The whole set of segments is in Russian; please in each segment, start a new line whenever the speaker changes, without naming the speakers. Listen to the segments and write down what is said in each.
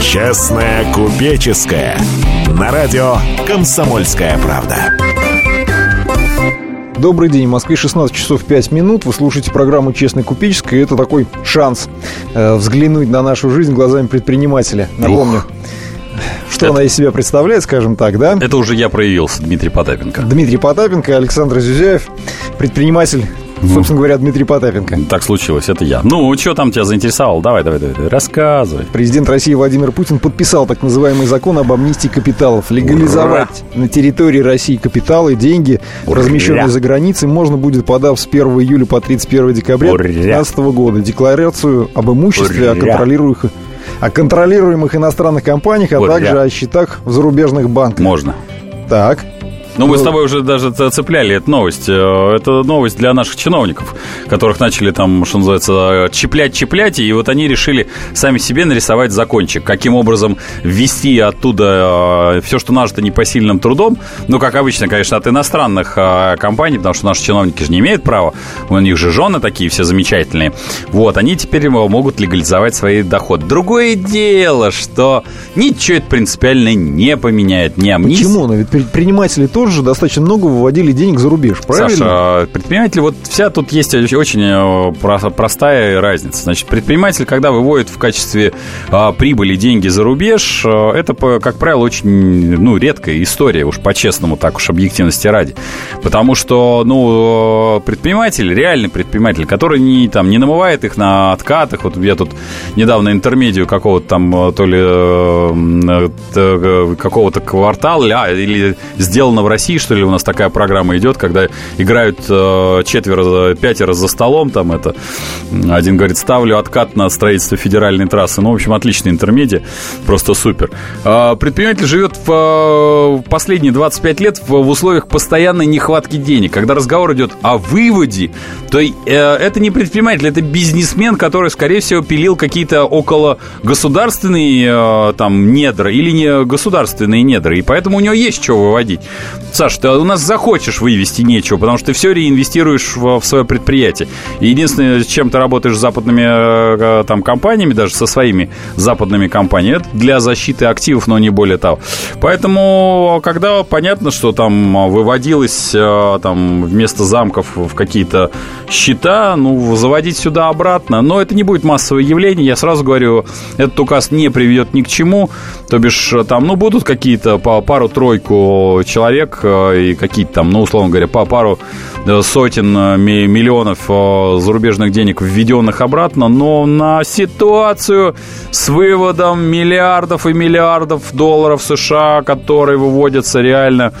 Честная купеческая. На радио Комсомольская правда.
Добрый день, в Москве 16 часов 5 минут. Вы слушаете программу «Честная купеческая». Это такой шанс э, взглянуть на нашу жизнь глазами предпринимателя. Напомню,
Ух.
что
Это-
она из себя представляет, скажем так, да?
Это уже я проявился, Дмитрий Потапенко.
Дмитрий Потапенко, и Александр Зюзяев, предприниматель,
Ну.
собственно говоря, Дмитрий Потапенко.
Так случилось, это я. Ну, что там тебя заинтересовало? Давай, давай, давай, давай, рассказывай.
Президент России Владимир Путин подписал так называемый закон об амнистии капиталов. Легализовать на территории России капиталы, деньги, размещенные за границей, можно будет, подав с 1 июля по 31 декабря
Ура.
2015 года декларацию об имуществе, о
Ура.
контролируемых, о контролируемых иностранных компаниях, а
Ура.
также о счетах в зарубежных банках.
Можно.
Так.
Ну, мы
Ну,
с тобой уже даже ц- цепляли эту новость. Э, Это новость для наших чиновников, которых начали там, что называется, чеплять-чеплять, и вот они решили сами себе нарисовать закончик, каким образом ввести оттуда все, что нажито непосильным трудом. Ну, как обычно, конечно, от иностранных э, компаний, потому что наши чиновники же не имеют права, у них же жены такие все замечательные. Вот, они теперь м- могут легализовать свои доходы. Другое дело, что ничего это принципиально не поменяет, ни амнистия.
Почему? Ну, ведь предприниматели тоже достаточно много выводили денег за рубеж, правильно?
Саша, а предприниматель, вот вся тут есть очень- очень э, про- простая разница. Значит, предприниматель, когда выводит в качестве э, прибыли деньги за рубеж, э, это, по- как правило, очень ну, редкая история, уж по-честному, так уж объективности ради. Потому что, ну, э, предприниматель, реальный предприниматель, который не, там, не намывает их на откатах. Вот я тут недавно интермедию какого-то там, э, то ли э, м, э, т- э, какого-то квартала, или- а, или сделано в России, что ли, у нас такая программа идет, когда играют э, четверо, э, пятеро за столом, там это, м, один говорит, ставлю откат на строительство федеральной трассы. Ну, в общем, отличная интермедия, просто супер. А, Предприниматель живет в э, последние 25 лет в в условиях постоянной нехватки денег. Когда разговор идет о выводе, то э, это не предприниматель, это бизнесмен, который, скорее всего, пилил какие-то около государственные э, там недра или не государственные недра. И поэтому у него есть что выводить. Саш, ты у нас захочешь вывести нечего, потому что ты все реинвестируешь в, в свое предприятие. И единственное, с чем ты работаешь с западными э, э, там, компаниями, даже со своими западными компаниями, это для защиты активов, но не более того. Поэтому, когда понятно, что там э, выводилось э, там, вместо замков в какие-то счета, ну, заводить сюда обратно, но это не будет массовое явление, я сразу говорю, этот указ не приведет ни к чему, то бишь э, там, ну, будут какие-то по пару-тройку человек э, и какие-то там, ну, условно говоря, по пару э, сотен э, ми- миллионов э, зарубежных денег, введенных обратно, но на ситуацию с выводом миллиардов и миллиардов долларов США, которые выводятся реально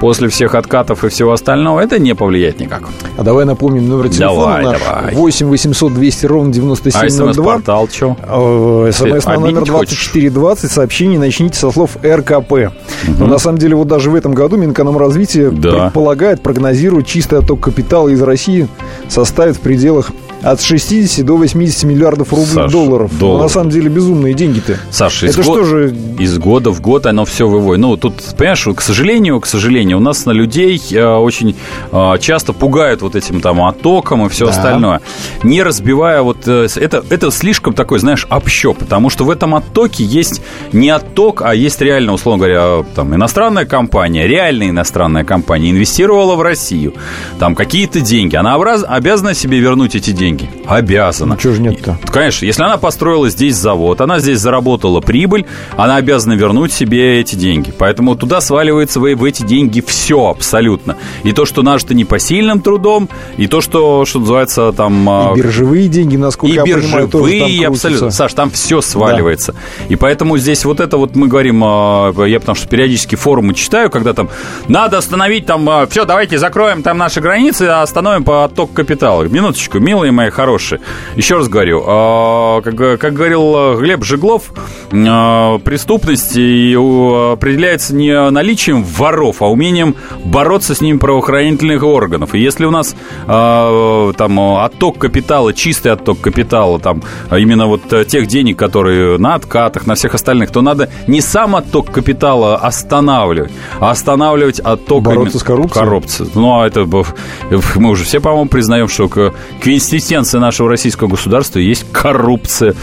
после всех откатов и всего остального, это не повлияет никак.
А давай напомним номер телефона
Давай,
наш.
давай.
8 800 200 ровно
А
9702.
СМС-портал что?
Э, СМС на номер
обидеть хочешь?
2420, сообщение начните со слов РКП. Но на самом деле вот даже в этом году Минэкономразвитие
Да.
предполагает, прогнозирует чистый отток капитала из России составит в пределах от 60 до 80 миллиардов рублей
Саш,
долларов. Но
долларов.
на самом деле безумные деньги-то.
Саша, из
Это
год-
что же
из года в год оно все выводит. Ну, тут, понимаешь, к сожалению, к сожалению, у нас на людей э, очень э, часто пугают вот этим там оттоком и все
Да.
остальное. Не разбивая вот... э, с- это, это слишком такой, знаешь, общо, потому что в этом оттоке есть не отток, а есть реально, условно говоря, э, там иностранная компания, реальная иностранная компания инвестировала в Россию, там какие-то деньги. Она образ- обязана себе вернуть эти деньги? Обязана.
Ну, чё же нет-то?
Конечно, если она построила здесь завод, она здесь заработала прибыль, она обязана вернуть себе эти деньги. Поэтому туда сваливается в, в эти деньги все абсолютно. И то, что нажито непосильным трудом, и то, что, что называется, там... а,
и биржевые деньги, насколько
и
я понимаю,
биржевые,
тоже там крутятся.
абсолютно. Саш, там все сваливается. И поэтому здесь вот это вот мы говорим, а, я потому что периодически форумы читаю, когда там надо остановить там, все, давайте закроем там наши границы, а остановим по отток капитала. Минуточку, милые мои хорошие. Еще раз говорю, а, как, г- как говорил а, Глеб Жеглов, а, преступность и, у, определяется не наличием воров, а умением бороться с ними правоохранительных органов. И если у нас а, там а, отток капитала, чистый отток капитала, там а именно вот э, тех денег, которые на откатах, на всех остальных, то надо не сам отток капитала останавливать, а останавливать отток
Бороться
именно-
с коррупцией?
коррупцией. Ну а это б- мы уже все, по-моему, признаем, что к, к инсти- квинтэссенция нашего российского государства есть коррупция,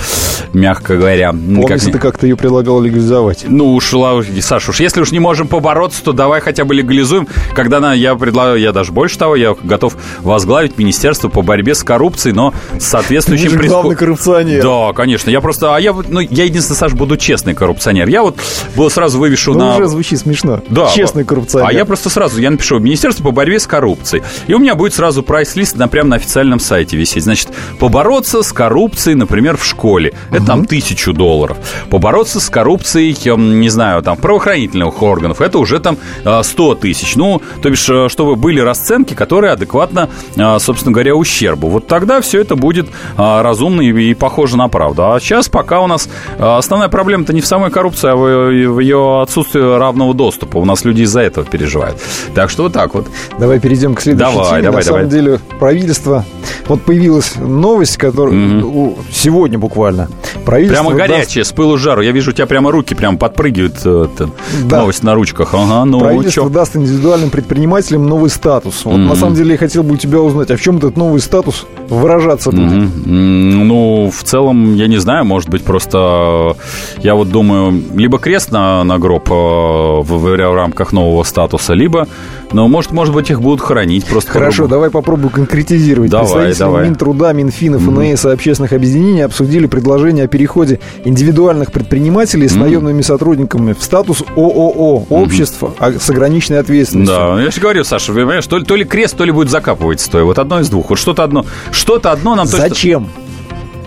мягко говоря.
Помнится,
Как-
ты как-то ее предлагал легализовать.
ну уж, Ла- Саш, уж если уж не можем побороться, то давай хотя бы легализуем. Когда на, я предлагаю, я даже больше того, я готов возглавить министерство по борьбе с коррупцией, но с соответствующим...
Ты же
преску-
главный коррупционер.
Да, конечно. Я просто... А я вот... Ну, я единственный, Саш, буду честный коррупционер. Я вот был сразу вывешу
Ну,
на...
уже звучит смешно.
Да.
Честный коррупционер.
А я просто сразу, я напишу Министерство по борьбе с коррупцией. И у меня будет сразу прайс-лист на, прямо на официальном сайте висеть. Значит, побороться с коррупцией, например, в школе. Это там тысячу долларов. Побороться с коррупцией, эм, не знаю, там, правоохранительных органов. Это уже там э, 100 тысяч. Ну, то бишь, э, чтобы были расценки, которые адекватно, э, собственно говоря, ущербу. Вот тогда все это будет э, разумно и и похоже на правду. А сейчас пока у нас э, основная проблема-то не в самой коррупции, а в, в ее отсутствии равного доступа. У нас люди из-за этого переживают. Так что вот так вот.
Давай перейдем к следующей
Давай,
теме.
давай,
На самом
давай.
деле, правительство... Вот появилась новость, которая... у- Сегодня буквально. Правительство
Прямо
даст-
горячее, с пылу с жару. Я вижу, у тебя прямо руки прям подпрыгивают. э, там,
Да.
Новость на ручках. Ага, ну
Правительство
чё?
даст индивидуальным предпринимателям новый статус. Вот
Мгм.
на самом деле я хотел бы у тебя узнать, а в чем этот новый статус выражаться будет?
Мгм. М, Ну, в целом, я не знаю, может быть, просто э, я вот думаю, либо крест на, на гроб э, в, в рамках нового статуса, либо, ну, может, может быть, их будут хранить просто.
Хорошо,
по-другому.
давай попробую конкретизировать.
Давай,
Представители
давай.
Минтруда, Минфина, ФНС и общественных объединений обсудили предложение о переходе индивидуальных предпринимателей с наемными сотрудниками в статус ООО, общество а- с ограниченной ответственностью.
Да, я же говорю, Саша, вы понимаешь, то ли, то ли крест, то ли будет закапывать стоя. Вот одно из двух. Вот что-то одно, что-то одно нам точно
Зачем?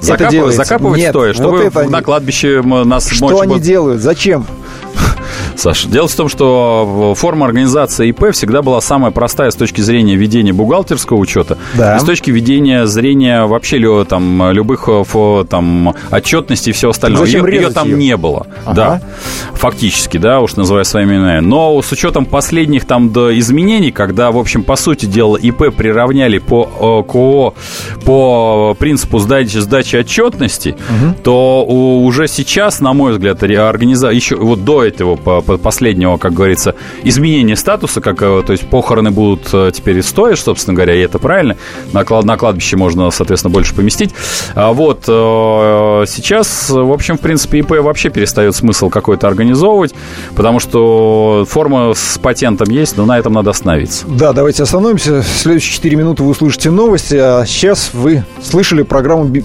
закапывать,
это делается?
закапывать
Нет, ну,
стоя,
вот
чтобы
это они-
на кладбище м, нас
Что
мочь
они
было.
делают? Зачем?
Саша, дело в том, что э, форма организации ИП всегда была самая простая с точки зрения ведения бухгалтерского учета
Да.
и с точки ведения зрения вообще лё- там, любых э, фо- там, отчетностей и всего остального.
зачем
Её- её
резать
там
её?
не было.
Ага.
Да. Фактически, да, уж называя своими именами. Но с учетом последних там до изменений, когда, в общем, по сути дела, ИП приравняли по э, КО по принципу сдачи, сдачи отчетности, то у- уже сейчас, на мой взгляд, организация, еще вот до этого по- по- последнего, как говорится, изменения статуса, как, э, то есть похороны будут э, теперь стоя, собственно говоря, и это правильно, на, клад- на кладбище можно, соответственно, больше поместить. А вот э, сейчас, э, в общем, в принципе, ИП вообще перестает смысл какой-то организовывать, потому что форма с патентом есть, но на этом надо остановиться.
Да, давайте остановимся. В следующие 4 минуты вы услышите новости, а сейчас вы слышали программу «Би-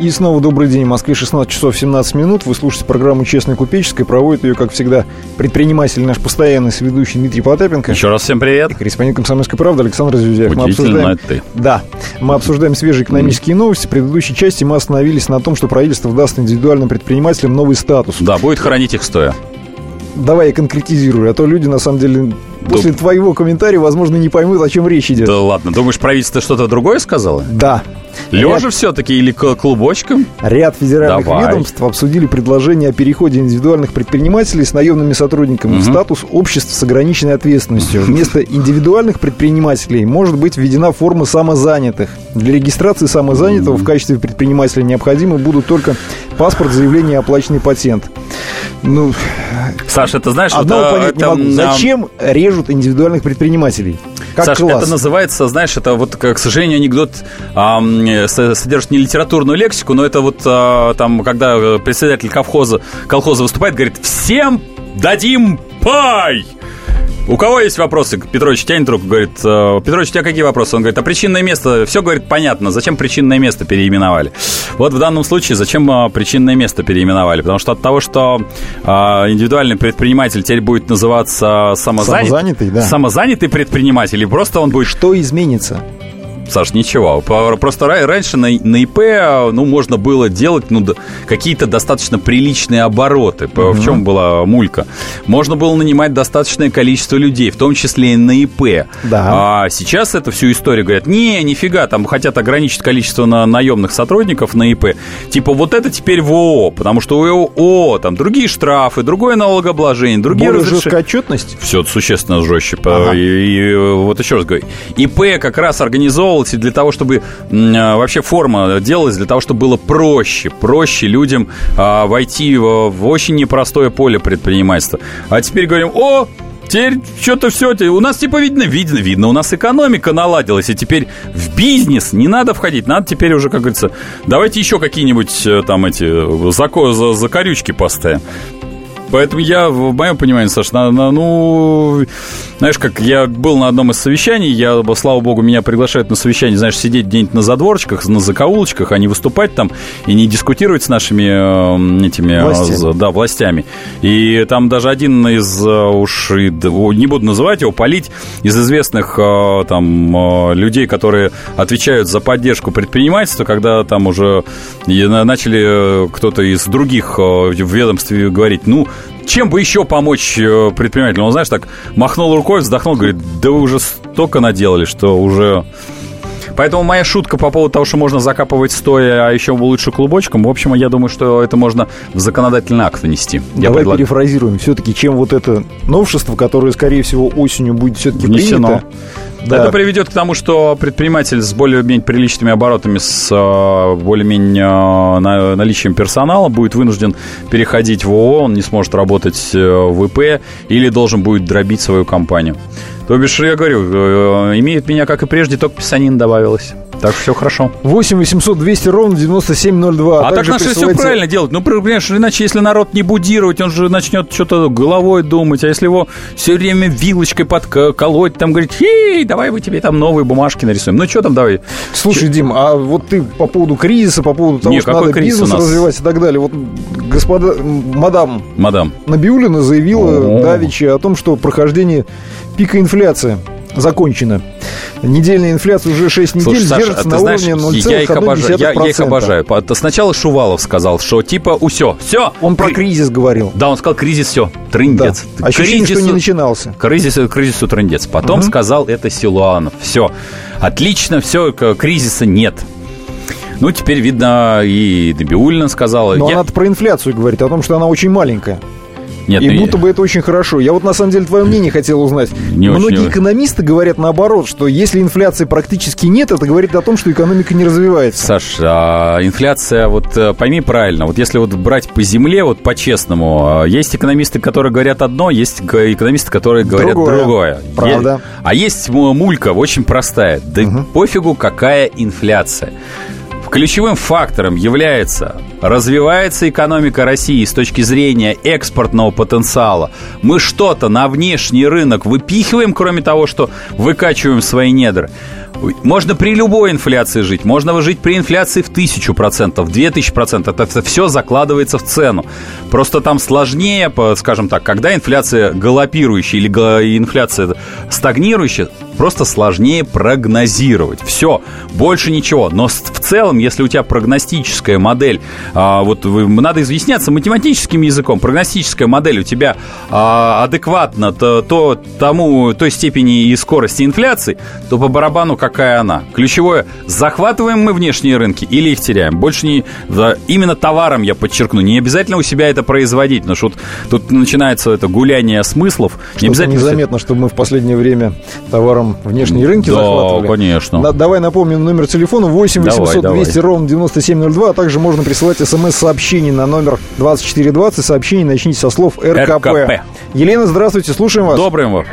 И снова добрый день. В Москве 16 часов 17 минут. Вы слушаете программу «Честная купеческая». Проводит ее, как всегда, предприниматель наш постоянный соведущий Дмитрий Потапенко.
Еще раз всем привет.
Корреспондент «Комсомольской правды» Александр Зюзяев. Мы
Удивительно,
обсуждаем
это ты.
Да, мы обсуждаем свежие экономические новости. В предыдущей части мы остановились на том, что правительство даст индивидуальным предпринимателям новый статус.
Да, будет хранить их стоя.
Давай я конкретизирую, а то люди, на самом деле, после твоего комментария, возможно, не поймут, о чем речь идет.
Да ладно, думаешь, правительство что-то другое сказало?
Да.
Лежа все-таки или к- клубочком?
Ряд федеральных
Давай.
ведомств обсудили предложение о переходе индивидуальных предпринимателей с наемными сотрудниками в статус обществ с ограниченной ответственностью. Вместо индивидуальных предпринимателей может быть введена форма самозанятых. Для регистрации самозанятого в качестве предпринимателя необходимы будут только паспорт, заявление и оплаченный патент. Ну,
Саша, это знаешь, вот,
одного
а,
понять не
это,
могу.
м,
Зачем режут индивидуальных предпринимателей? Как
Саша,
класс.
это называется, знаешь, это вот, к к сожалению, анекдот а, м, э, со- содержит не литературную лексику, но это вот а, там, когда э, председатель колхоза, колхоза выступает, говорит, всем дадим пай! У кого есть вопросы? Петрович тянет руку, говорит, э, Петрович, у тебя какие вопросы? Он говорит, а причинное место, все, говорит, понятно, зачем причинное место переименовали? Вот в данном случае зачем э, причинное место переименовали? Потому что от того, что э, индивидуальный предприниматель теперь будет называться а, самозанятый,
Самозанятый, да.
самозанятый предприниматель, или просто он будет
Что изменится?
Саш, ничего. По- Просто ра- раньше на, на ИП э, ну, можно было делать ну, д- какие-то достаточно приличные обороты. П- В чем была мулька? Можно было нанимать достаточное количество людей, в том числе и на ИП.
Да.
А сейчас эту всю историю говорят, не, нифига, там хотят ограничить количество на, наемных сотрудников на ИП. Типа вот это теперь в ООО, потому что у ООО там другие штрафы, другое налогообложение, другие
Более
разреши-
жесткая отчетность?
все существенно жестче. По-
Ага.
И, и, э, вот еще раз говорю. ИП как раз организовывалось для того, чтобы м, э, вообще форма делалась для того, чтобы было проще, проще людям а, войти в, в очень непростое поле предпринимательства. А теперь говорим, о, теперь что-то все, у нас типа видно, видно, видно, у нас экономика наладилась, и теперь в бизнес не надо входить, надо теперь уже, как говорится, давайте еще какие-нибудь э, там эти э, зако- за- закорючки поставим. Поэтому я, в моем понимании, Саш, на- на- ну, знаешь, как я был на одном из совещаний, я, слава богу, меня приглашают на совещание, знаешь, сидеть где-нибудь на задворочках, на закоулочках, а не выступать там и не дискутировать с нашими э, этими, э,
Властями.
за- да, властями. И там даже один из, э, уж и д- о, не буду называть его, полить, из известных э, там э, людей, которые отвечают за поддержку предпринимательства, когда там уже и на- начали э, кто-то из других э, в ведомстве говорить, ну, чем бы еще помочь э, предпринимателю? Он, знаешь, так махнул рукой, вздохнул, говорит, да вы уже столько наделали, что уже... Поэтому моя шутка по поводу того, что можно закапывать стоя, а еще лучше клубочком, в общем, я думаю, что это можно в законодательный акт внести. Я
Давай
предлагаю.
перефразируем. Все-таки чем вот это новшество, которое, скорее всего, осенью будет все-таки
Внесено.
принято? Да.
Это приведет к тому, что предприниматель с более-менее приличными оборотами, с э, более-менее э, на- наличием персонала будет вынужден переходить в ООО, он не сможет работать э, в ИП или должен будет дробить свою компанию. То бишь, я говорю, э, имеет меня, как и прежде, только писанин добавилось. Так что все хорошо.
8 800 200 ровно 9702.
А, так
также
надо все
присылайте-
правильно делать. Ну, при- понимаешь, иначе, если народ не будировать, он же начнет что-то головой думать. А если его все время вилочкой подколоть, там говорить, «Хей, давай мы тебе там новые бумажки нарисуем. Ну, что там, давай.
Слушай, Дим, а вот ты по поводу кризиса, по поводу того,
Не,
что
какой
надо
кризис у
бизнес
нас?
развивать и так далее. Вот господа, м, мадам
Мадам,
Набиулина заявила
О.
давеча о том, что прохождение пика инфляции закончено. Недельная инфляция уже 6 недель
слушай, Саша, а
держится
ты
на
знаешь,
уровне 0,1%.
я их обожаю. Я, я их обожаю. По- то Сначала Шувалов сказал, что типа усё, все.
Он про кризис говорил.
Да, он сказал, кризис все, трындец.
Да. А Ощущение, что
Кризису-
не начинался.
Кризису, кризису трындец. Потом сказал это Силуанов. Все. Отлично, все, кризиса нет. Ну, теперь, видно, и Набиулина сказала.
Но
Я-
она про инфляцию говорит, о том, что она очень маленькая.
Нет, ну,
И
я-
будто бы это очень хорошо. Я вот на самом деле твое мнение хотел узнать.
Не очень.
Многие экономисты говорят наоборот, что если инфляции практически нет, это говорит о том, что экономика не развивается.
Саш, а, инфляция, вот э, пойми правильно, вот если вот брать по земле, вот по-честному, э, есть экономисты, которые говорят одно, есть г- экономисты, которые говорят
Другое.
другое.
Правда.
Е- А есть му- мулька, очень простая. Да пофигу, какая инфляция. Ключевым фактором является, развивается экономика России с точки зрения экспортного потенциала. Мы что-то на внешний рынок выпихиваем, кроме того, что выкачиваем свои недра. Можно при любой инфляции жить, можно жить при инфляции в 1000%, в 2000%. Это все закладывается в цену. Просто там сложнее, по- скажем так, когда инфляция галопирующая или га- инфляция стагнирующая, просто сложнее прогнозировать. Все, больше ничего. Но с- в целом, если у тебя прогностическая модель, а, вот вы- надо изъясняться математическим языком, прогностическая модель у тебя а, адекватна то, то- тому, той степени и скорости инфляции, то по барабану какая она? Ключевое, захватываем мы внешние рынки или их теряем? Больше не... за- Именно товаром, я подчеркну, не обязательно у себя это производить, потому что вот тут начинается это гуляние смыслов.
Что-то незаметно, чтобы мы в последнее время товаром внешние рынки
Да,
захватывали.
конечно.
На- давай напомним номер телефона 8 800
Давай,
200 ровно 9702, а также можно присылать смс-сообщение на номер 2420, сообщение начните со слов РКП.
РКП.
Елена, здравствуйте, слушаем вас.
Добрым вам.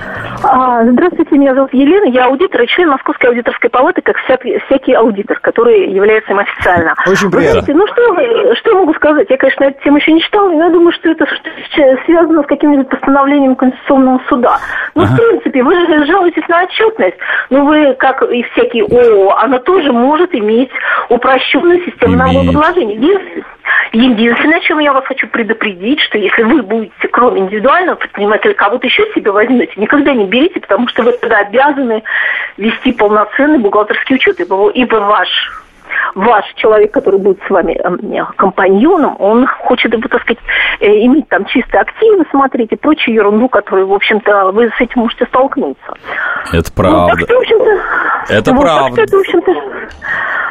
А, Здравствуйте, меня зовут Елена, я аудитор и член Московской аудиторской палаты, как вся- всякий аудитор, который является им официально.
Очень приятно.
Вы знаете, ну что, что я могу сказать? Я, конечно, эту тему еще не читала, но я думаю, что это что- связано с каким-нибудь постановлением Конституционного суда. Ну, в принципе, вы же жалуетесь на отчетность, но вы, как и всякие ООО, она тоже может иметь упрощенную систему
Имеет.
налогообложения. Единственное, единственное, о чем я вас хочу предупредить, что если вы будете, кроме индивидуального предпринимателя, кого-то еще себе возьмете, никогда не берите, потому что вы тогда обязаны вести полноценный бухгалтерский учет, ибо, ибо ваш ваш человек, который будет с вами эм, э, компаньоном, он хочет, э, так сказать, э, иметь там чистые активы, смотреть и прочую ерунду, которую, в общем-то, вы с этим можете столкнуться.
Это
Ну,
правда.
так что, в общем-то,
Это
вот,
правда.
Так что, это, в общем-то,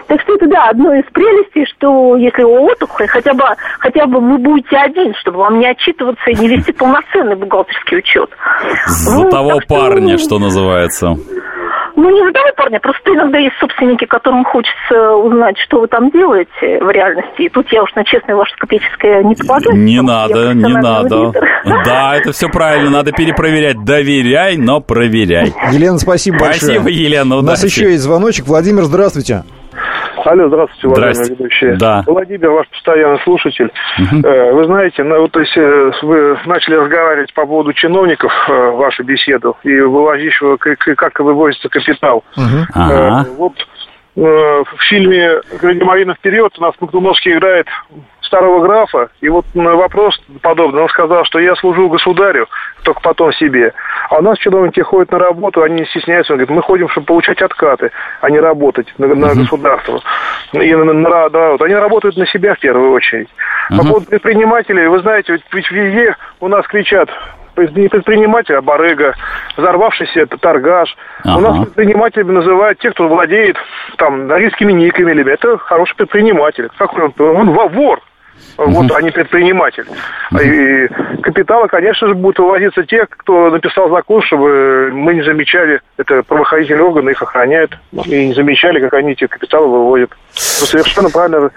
так что это, да, одно из прелестей, что если ООО, то х- хотя бы, хотя бы вы будете один, чтобы вам не отчитываться и не вести полноценный бухгалтерский учет.
За
Ну,
того
так что,
парня, что называется.
Ну, не за того парня, просто иногда есть собственники, которым хочется узнать, что вы там делаете в реальности. И тут я уж на честное ваше скопическое не покладаюсь.
Не
потому что
надо,
я
не
профессиональный
надо.
аудитор.
Да, это все правильно, надо перепроверять. Доверяй, но проверяй.
Елена, спасибо большое.
Спасибо, Елена,
У нас
удачи.
еще есть звоночек. Владимир, здравствуйте.
Алло, здравствуйте, уважаемые
Здрасте.
ведущие.
Да.
Владимир, ваш постоянный слушатель. Э, Вы знаете, ну, вот, то есть, э, вы начали разговаривать по поводу чиновников, э, вашу беседу, и вывозящего, к- к- как вывозится капитал.
Ага.
Э, Вот э, в фильме «Градимаринов период» у нас Мактуновский играет старого графа, и вот на вопрос подобный он сказал, что я служу государю, только потом себе. А у нас чиновники ходят на работу, они не стесняются, он говорит, мы ходим, чтобы получать откаты, а не работать на, на государство. И на, на- на- на- вот Они работают на себя в первую очередь. По поводу предпринимателей, вы знаете, ведь, ведь везде у нас кричат, не предприниматель, а барыга, взорвавшийся это торгаш. У
Ага.
нас предпринимателями называют тех, кто владеет там норильскими никами. или- Это хороший предприниматель. Как он, он во- вор. Вот, а не предприниматель. И капиталы, конечно же, будут вывозиться те, кто написал закон, чтобы мы не замечали, это правоохранительные органы их охраняют, и не замечали, как они эти капиталы выводят. Вы совершенно правильно.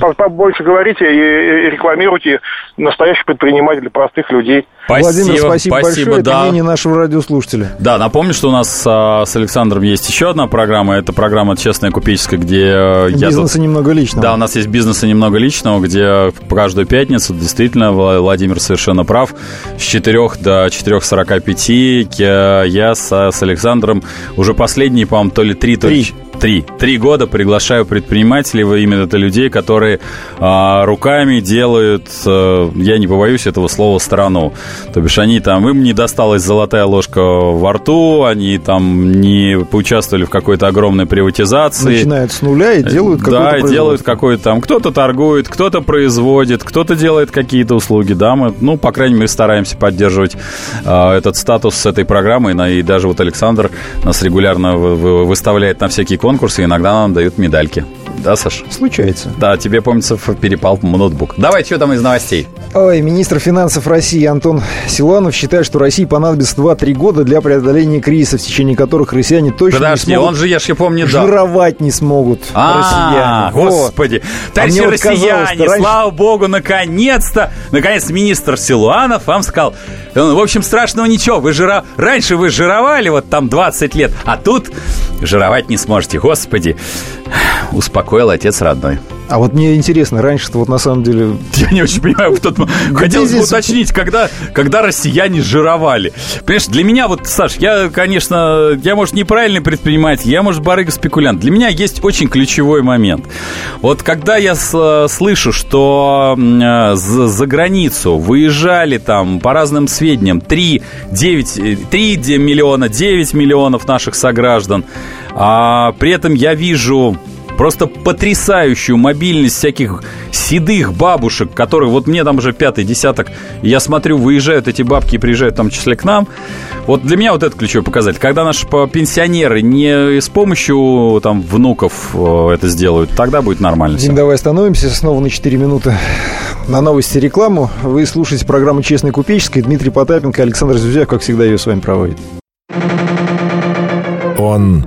По- Побольше говорите и и рекламируйте настоящих предпринимателей, простых людей.
Владимир, спасибо, большое. Это
да.
мнение нашего радиослушателя.
Да, напомню, что у нас а, с Александром есть еще одна программа. Это программа «Честная купеческая», где э, я тут-
Бизнеса немного личного.
Да, у нас есть бизнеса немного личного, где каждую пятницу действительно Вла- Владимир совершенно прав. С 4 до 4.45 я- я со- с Александром уже последние, по-моему, то ли 3, то ли
Три.
ч- Три. Три года приглашаю предпринимателей, во именно это людей, которые а, руками делают, э, я не побоюсь этого слова, страну. То бишь они там, им не досталась золотая ложка во рту, они там не поучаствовали в какой-то огромной приватизации.
Начинают с нуля и делают какое-то
Да, и делают
производство.
какой-то там. Кто-то торгует, кто-то производит, кто-то делает какие-то услуги. Да, мы, ну, по крайней мере, стараемся поддерживать а, этот статус с этой программой. На- И даже вот Александр нас регулярно вы- вы- выставляет на всякие конкурсы, иногда нам дают медальки. Да, Саш?
Случается.
Да, тебе, помнится, ф- перепал ноутбук. Давай, что там из новостей?
Ой, министр финансов России Антон Силанов считает, что России понадобится 2-3 года для преодоления кризиса, в течение которых россияне точно
Подожди,
не
он
смогут...
же, я ж я помню, да.
Жировать не смогут
А,
россияне. Вот. А
господи. Товарищи
мне вот казалось,
россияне,
что раньше-
слава богу, наконец-то, наконец министр Силуанов вам сказал, «Ну, в общем, страшного ничего, вы жира... раньше вы жировали вот там 20 лет, а тут жировать не сможете, господи. Успокоил отец родной.
А вот мне интересно, раньше-то вот на самом деле...
Я не очень понимаю, кто тут... Хотелось бы
здесь-
уточнить, когда, когда россияне жировали. Понимаешь, для меня вот, Саш, я, конечно, я, может, неправильный предприниматель, я, может, барыга-спекулянт. Для меня есть очень ключевой момент. Вот когда я с- слышу, что м, э, за, за границу выезжали там, по разным сведениям, 3, 9, э, 3 де- миллиона, 9 миллионов наших сограждан, а при этом я вижу просто потрясающую мобильность всяких седых бабушек, которые вот мне там уже пятый десяток, и я смотрю, выезжают эти бабки и приезжают в том числе к нам. Вот для меня вот это ключевой показатель. Когда наши по- пенсионеры не с помощью там внуков э, это сделают, тогда будет нормально. всё.
Дим, давай остановимся снова на 4 минуты. На новости и рекламу. Вы слушаете программу «Честная купеческая». Дмитрий Потапенко, Александр Зюзяев, как всегда, ее с вами проводит.
Он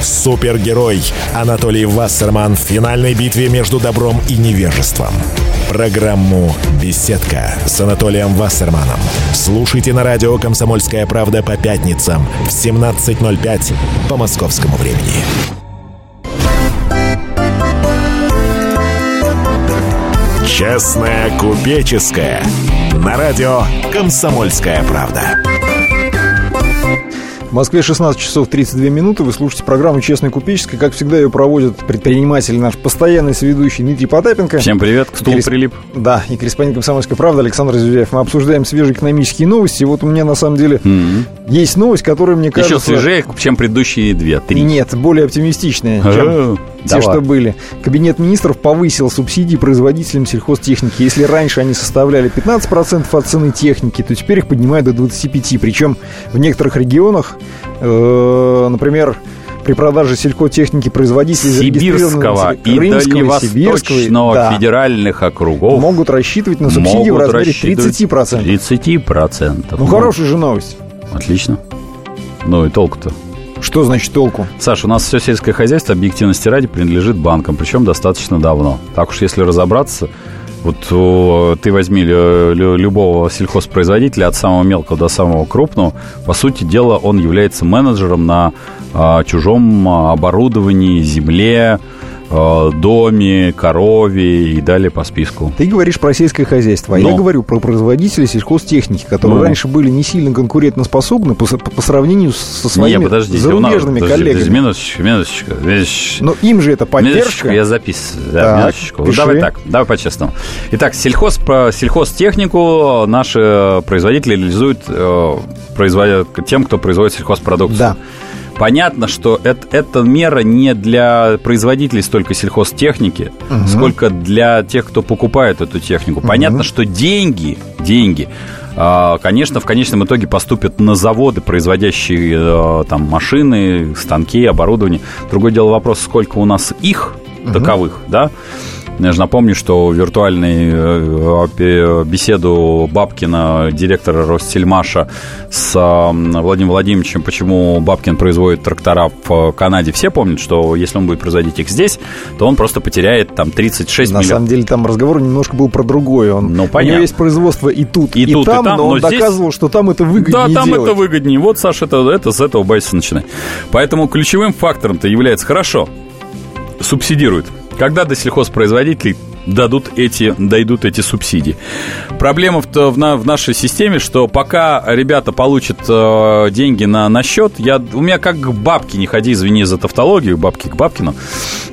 Супергерой Анатолий Вассерман в финальной битве между добром и невежеством. Программу «Беседка» с Анатолием Вассерманом. Слушайте на радио «Комсомольская правда» по пятницам в 17.05 по московскому времени. Честная купеческая. На радио «Комсомольская правда».
В Москве 16 часов 32 минуты. Вы слушаете программу «Честная купеческая». Как всегда, ее проводят предприниматель наш постоянный соведущий Дмитрий Потапенко.
Всем привет, к стулу
Крис-
прилип.
Да, и корреспондент «Комсомольской правды» Александр Зюзяев. Мы обсуждаем свежие экономические новости. И вот у меня, на самом деле,
Мгм.
есть новость, которая, мне кажется...
Еще свежее, чем предыдущие две, три.
Нет, более оптимистичная, чем
Э,
те,
давай.
что были. Кабинет министров повысил субсидии производителям сельхозтехники. Если раньше они составляли 15% от цены техники, то теперь их поднимают до 25%. Причем в некоторых регионах, э, например, при продаже сельхозтехники производителей
Сибирского
зарегистрированных
и
Крымского,
Дальневосточного
да,
федеральных округов
могут рассчитывать на Ну, субсидии в
могут
размере
рассчитывать
30%.
30%.
Ну, хорошая же новость.
Отлично. Ну и толку-то.
Что значит толку?
Саша, у нас все сельское хозяйство объективности ради принадлежит банкам, причем достаточно давно. Так уж если разобраться, вот о, ты возьми лю- лю- любого сельхозпроизводителя от самого мелкого до самого крупного, по сути дела он является менеджером на а, чужом а, оборудовании, земле, а, доме, корове и далее по списку.
Ты говоришь про сельское хозяйство, а я
Ну.
говорю про производителей сельхозтехники, которые
Ну.
раньше были не сильно конкурентоспособны по, со- по сравнению со своими
Не, подождите, у нас-
зарубежными
подожди, подожди,
коллегами.
минуточку, минуточку, минуточку.
Но им же это
Минуточку,
поддержка.
я записываю. Да,
Так,
минуточку.
пиши.
Давай так, давай по-честному. Итак, сельхоз, про сельхозтехнику наши производители реализуют э, производя- тем, кто производит сельхозпродукцию.
Да.
Понятно, что это, эта мера не для производителей столько сельхозтехники, сколько для тех, кто покупает эту технику. Понятно, что деньги, деньги, а, конечно, в конечном итоге поступят на заводы, производящие э, там машины, станки, оборудование. Другое дело вопрос, сколько у нас их таковых, да? Я же напомню, что виртуальную э, пе- беседу Бабкина, директора Ростельмаша, с э, Владимиром Владимировичем, почему Бабкин производит трактора в э, Канаде, все помнят, что если он будет производить их здесь, то он просто потеряет там 36
На
миллионов.
самом деле там разговор немножко был про другое. Он,
Ну,
У него
понятно.
есть производство и тут,
И
и,
тут, и
там,
там,
но он
но здесь-
доказывал, что там это выгоднее
Да, там
делать.
это выгоднее. Вот, Саша, это, это с этого байса начинай. Поэтому ключевым фактором-то является хорошо. Субсидируют. Когда до сельхозпроизводителей дадут эти, дойдут эти субсидии. Проблема в, в, на- в нашей системе, что пока ребята получат э, деньги на, на счет, я, у меня как к бабке, не ходи, извини за тавтологию, бабки к бабкину,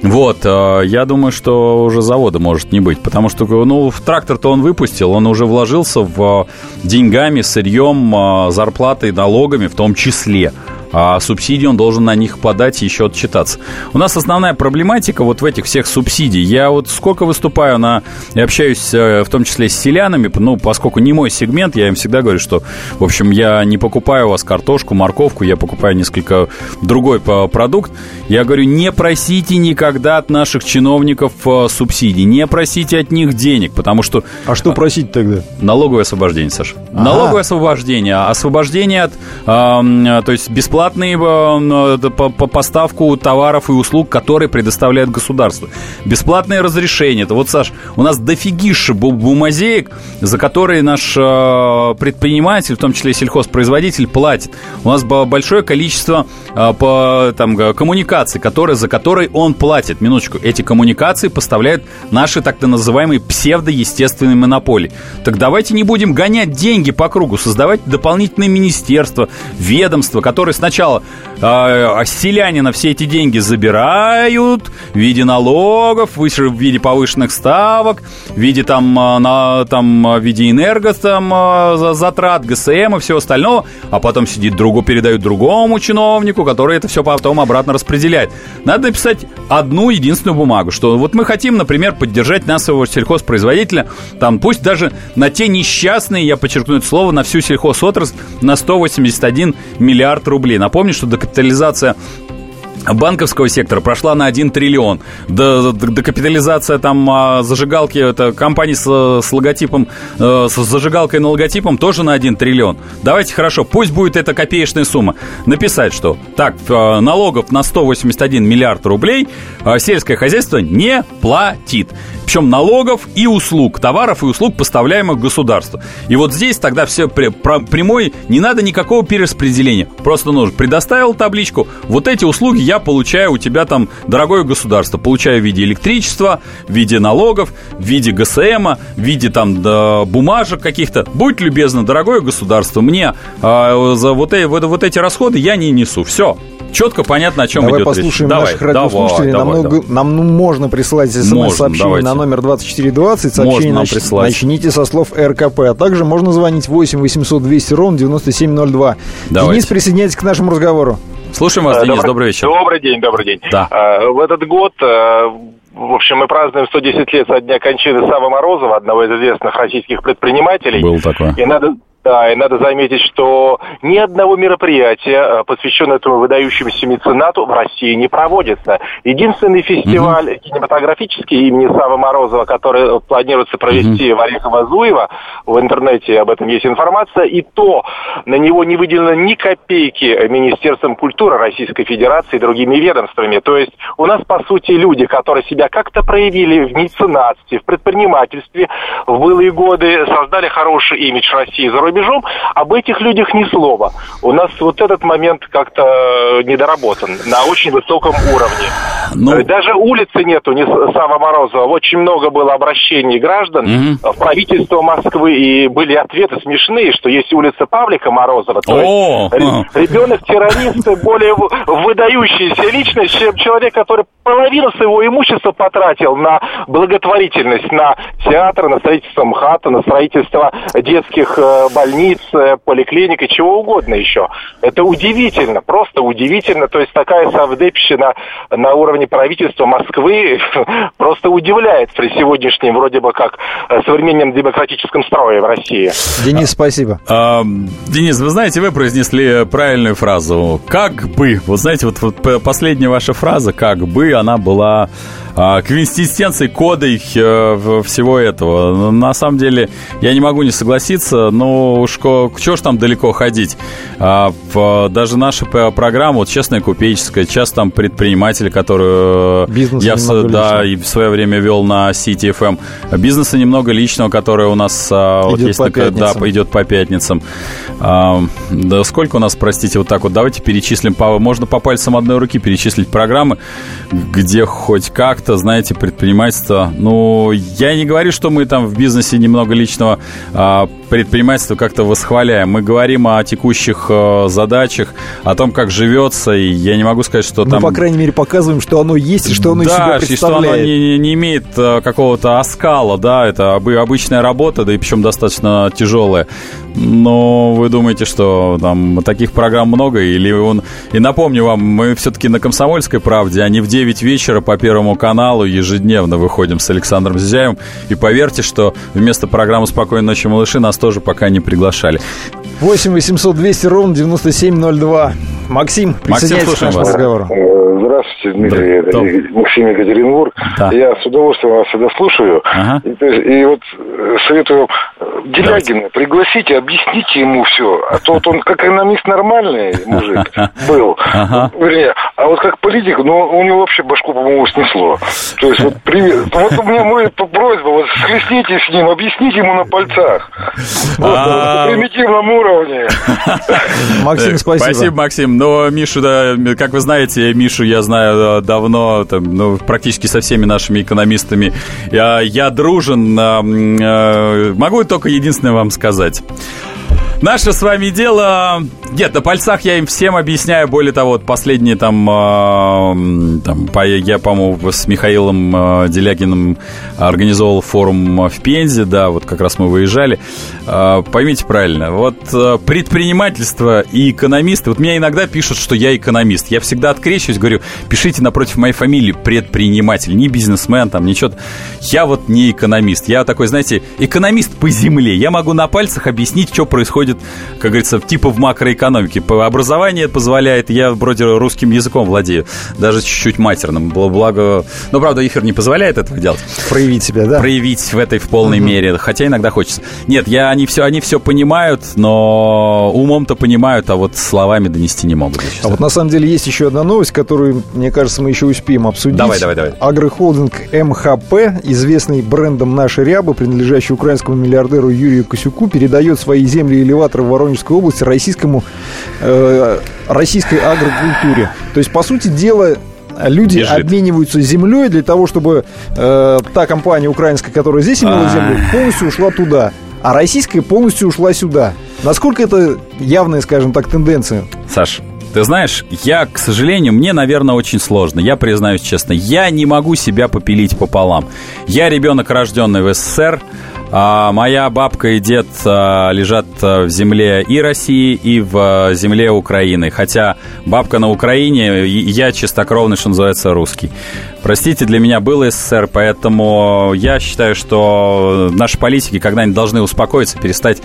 вот, э, я думаю, что уже завода может не быть, потому что, ну, в трактор-то он выпустил, он уже вложился в э, деньгами, сырьем, э, зарплатой, налогами в том числе. А субсидии он должен на них подать и еще отчитаться. У нас основная проблематика вот в этих всех субсидий. Я вот сколько выступаю на и общаюсь э, в том числе с селянами, ну, поскольку не мой сегмент, я им всегда говорю, что, в общем, я не покупаю у вас картошку, морковку, я покупаю несколько другой по- продукт. Я говорю, не просите никогда от наших чиновников э, субсидий, не просите от них денег, потому что
А что просить тогда?
Налоговое освобождение, Саша.
Ага.
Налоговое освобождение. Освобождение от, эм, э, то есть, бесплатные э, э, это по, по поставку товаров и услуг, которые предоставляет государство. Бесплатное разрешение. Это вот, Саш, у нас дофигище бу- бумазеек, за которые наш э, предприниматель, в том числе сельхозпроизводитель, платит. У нас бо- большое количество э, по, там, э, коммуникаций, которые, за которые он платит. Минуточку. Эти коммуникации поставляют наши так называемые псевдоестественные монополии. Так давайте не будем гонять деньги по кругу, создавать дополнительные министерства, ведомства, которые сначала э, с селянина все эти деньги забирают в виде налогов, выше- в виде повышенных ставок, в виде там, э, на, там, э, в виде энерго там, э, за- затрат, ГСМ и всего остального, а потом сидит другу, передают другому чиновнику, который это все потом обратно распределяет. Надо написать одну единственную бумагу, что вот мы хотим, например, поддержать нашего сельхозпроизводителя, там пусть даже на те несчастные, я подчеркну это слово, на всю сельхозотрасль на 181 миллиард рублей. Сергей, напомню, что докапитализация банковского сектора прошла на 1 триллион. Докапитализация там а, зажигалки, это компании с, с логотипом, э, с зажигалкой на логотипом тоже на 1 триллион. Давайте хорошо, пусть будет эта копеечная сумма. Написать, что так, э, налогов на 181 миллиард рублей э, сельское хозяйство не платит. Причем налогов и услуг, товаров и услуг, поставляемых государству. И вот здесь тогда все при- про- прямой, не надо никакого перераспределения. Просто нужно предоставил табличку, вот эти услуги я получаю у тебя там, дорогое государство, получаю в виде электричества, в виде налогов, в виде ГСМа, в виде там да, бумажек каких-то. Будь любезно, дорогое государство, мне а, за вот, э- вот, вот эти расходы я не несу. Все. Четко понятно, о чем
Давай
идет
послушаем
речь.
наших радиослушателей.
давай,
нам,
давай,
много- нам, ну, можно присылать
Можно,
смс-сообщение
давайте.
на номер 2420.
Можно
Сообщение
нам
нач-
присылать.
начните со слов РКП. А также можно звонить 8 800 200 ровно 9702.
Давайте.
Денис, присоединяйтесь к нашему разговору.
Слушаем вас,
Э,
Денис, добрый вечер.
Добрый день, добрый день.
Да.
Э, В этот год, э, в общем, мы празднуем 110 лет со дня кончины Савы Морозова, одного из известных российских предпринимателей.
Было такое.
И надо, да, и надо заметить, что ни одного мероприятия, э, посвященного этому выдающемуся меценату, в России не проводится. Единственный фестиваль кинематографический имени Савы Морозова, который э, планируется провести в Орехово-Зуево, в интернете об этом есть информация, и то на него не выделено ни копейки э, Министерством культуры Российской Федерации и другими ведомствами. То есть у нас, по сути, люди, которые себя как-то проявили в меценатстве, в предпринимательстве, в былые годы создали хороший имидж России за рубежом, об этих людях ни слова. У нас вот этот момент как-то недоработан на очень высоком уровне.
Ну,
Э, Даже улицы нету, не с- Сава Морозова. Очень много было обращений граждан
Мгм.
э, в правительство Москвы, и были ответы смешные, что есть улица Павлика Морозова, то
О!
есть ре- ребенок-террорист более в- выдающаяся личность, чем человек, который половину своего имущества потратил на благотворительность, на театр, на строительство МХАТа, на строительство детских э, больниц, э, поликлиник и чего угодно еще. Это удивительно, просто удивительно. То есть такая совдепщина на уровне правительства Москвы просто удивляет при сегодняшнем вроде бы как э, современном демократическом строе в России.
Денис, спасибо.
А, Денис, вы знаете, вы произнесли правильную фразу «как бы». Вот знаете, вот, вот п- последняя ваша фраза «как бы» она была а, квинтэссенцией, кодой э, в- всего этого. На самом деле, я не могу не согласиться, но уж ко- чё ж там далеко ходить. А, в- даже наша п- программа, вот «Честная купеческая», «Час там предприниматели», которую э,
Бизнес
я в, с-
немного
да,
личного.
и в свое время вел на City FM. Бизнеса немного личного, которое у нас а, вот
Идет
есть
по
такая- да,
пятницам.
идет по пятницам. А, да сколько у нас, простите, вот так вот, давайте перечислим, по- можно по пальцам одной руки перечислить программы, где хоть как-то, знаете, предпринимательство, ну, я не говорю, что мы там в бизнесе немного личного а, предпринимательства как-то восхваляем, мы говорим о текущих э, задачах, о том, как живется, и я не могу сказать, что
Мы,
там...
по крайней мере, показываем, что оно есть и что оно из себя
Да, и что она
представляет.
не, не- не имеет э, какого-то оскала, да, это обы- обычная работа, да и причем достаточно тяжелая. Но вы думаете, что там таких программ много? Или он... И напомню вам, мы все-таки на «Комсомольской правде», а не в 9 вечера по Первому каналу ежедневно выходим с Александром Зизяевым. И поверьте, что вместо программы «Спокойной ночи, малыши» нас тоже пока не приглашали.
8 800 200 ровно 9702. Максим, присоединяйтесь к
слушаем
нашему
вас.
разговору.
Э, Здравствуйте, Дмитрий.
Да,
Это Е- Максим Екатеринбург.
Да.
Я с удовольствием вас всегда слушаю.
Ага.
И, то есть- и вот э, советую э, Делягина пригласите, объясните ему все. А то вот он как экономист нормальный мужик был.
Ага.
Вернее, а вот как политик, ну, у него вообще башку, по-моему, снесло. То есть, вот, привет. вот у меня моя п- просьба, вот схлестните с ним, объясните ему на пальцах. Вот,
А.
на примитивном уровне.
Максим,
Так,
спасибо.
Э, Спасибо, Максим. Но Мишу, да, как вы знаете, Мишу я знаю э, давно, там, ну, практически со всеми нашими экономистами. Я, я дружен. э, м, э, Могу только единственное вам сказать. Наше с вами дело... Нет, на пальцах я им всем объясняю. Более того, вот последние там... э, м, там по- я, по-моему, с Михаилом э, Делягиным организовал форум а, в Пензе. Да, вот как раз мы выезжали. Э, поймите правильно. Вот э, предпринимательство и экономисты... Вот меня иногда пишут, что я экономист. Я всегда открещиваюсь, говорю, пишите напротив моей фамилии предприниматель, не бизнесмен, там, ничего. Я вот не экономист. Я такой, знаете, экономист по земле. Я могу на пальцах объяснить, что происходит входит, как говорится, типа в макроэкономике. По- Образование позволяет, я вроде русским языком владею, даже чуть-чуть матерным. Бл- Благо, но правда, эфир не позволяет этого делать
Проявить себя, да?
проявить в этой в полной мере, хотя иногда хочется. Нет, я они все они все понимают, но умом-то понимают, а вот словами донести не могут. я
А
считаю.
вот на самом деле есть еще одна новость, которую, мне кажется, мы еще успеем обсудить.
Давай, давай, давай.
Агрохолдинг МХП, известный брендом «Наша ряба», принадлежащий украинскому миллиардеру Юрию Косюку, передает свои земли элеватора в Воронежской области российскому, э, российской агрокультуре. То есть, по сути дела, люди
Бежит.
обмениваются землей для того, чтобы э, та компания украинская, которая здесь имела
А.
землю, полностью ушла туда. А российская полностью ушла сюда. Насколько это явная, скажем так, тенденция?
Саш, ты знаешь, я, к сожалению, мне, наверное, очень сложно. Я признаюсь честно, я не могу себя попилить пополам. Я ребенок, рожденный в СССР. а моя бабка и дед а, лежат а, в земле и России, и в а, земле Украины. Хотя бабка на Украине, и я чистокровный, что называется, русский. Простите, для меня был СССР, поэтому я считаю, что наши политики когда-нибудь должны успокоиться, перестать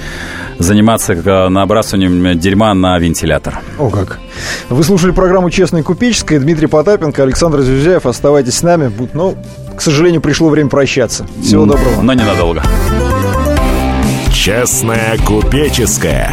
заниматься а, набрасыванием дерьма на вентилятор.
О как. Вы слушали программу «Честная купеческая». Дмитрий Потапенко, Александр Зюзяев. Оставайтесь с нами. Бу- Ну, к сожалению, пришло время прощаться. Всего доброго.
Но ненадолго.
Честная купеческая.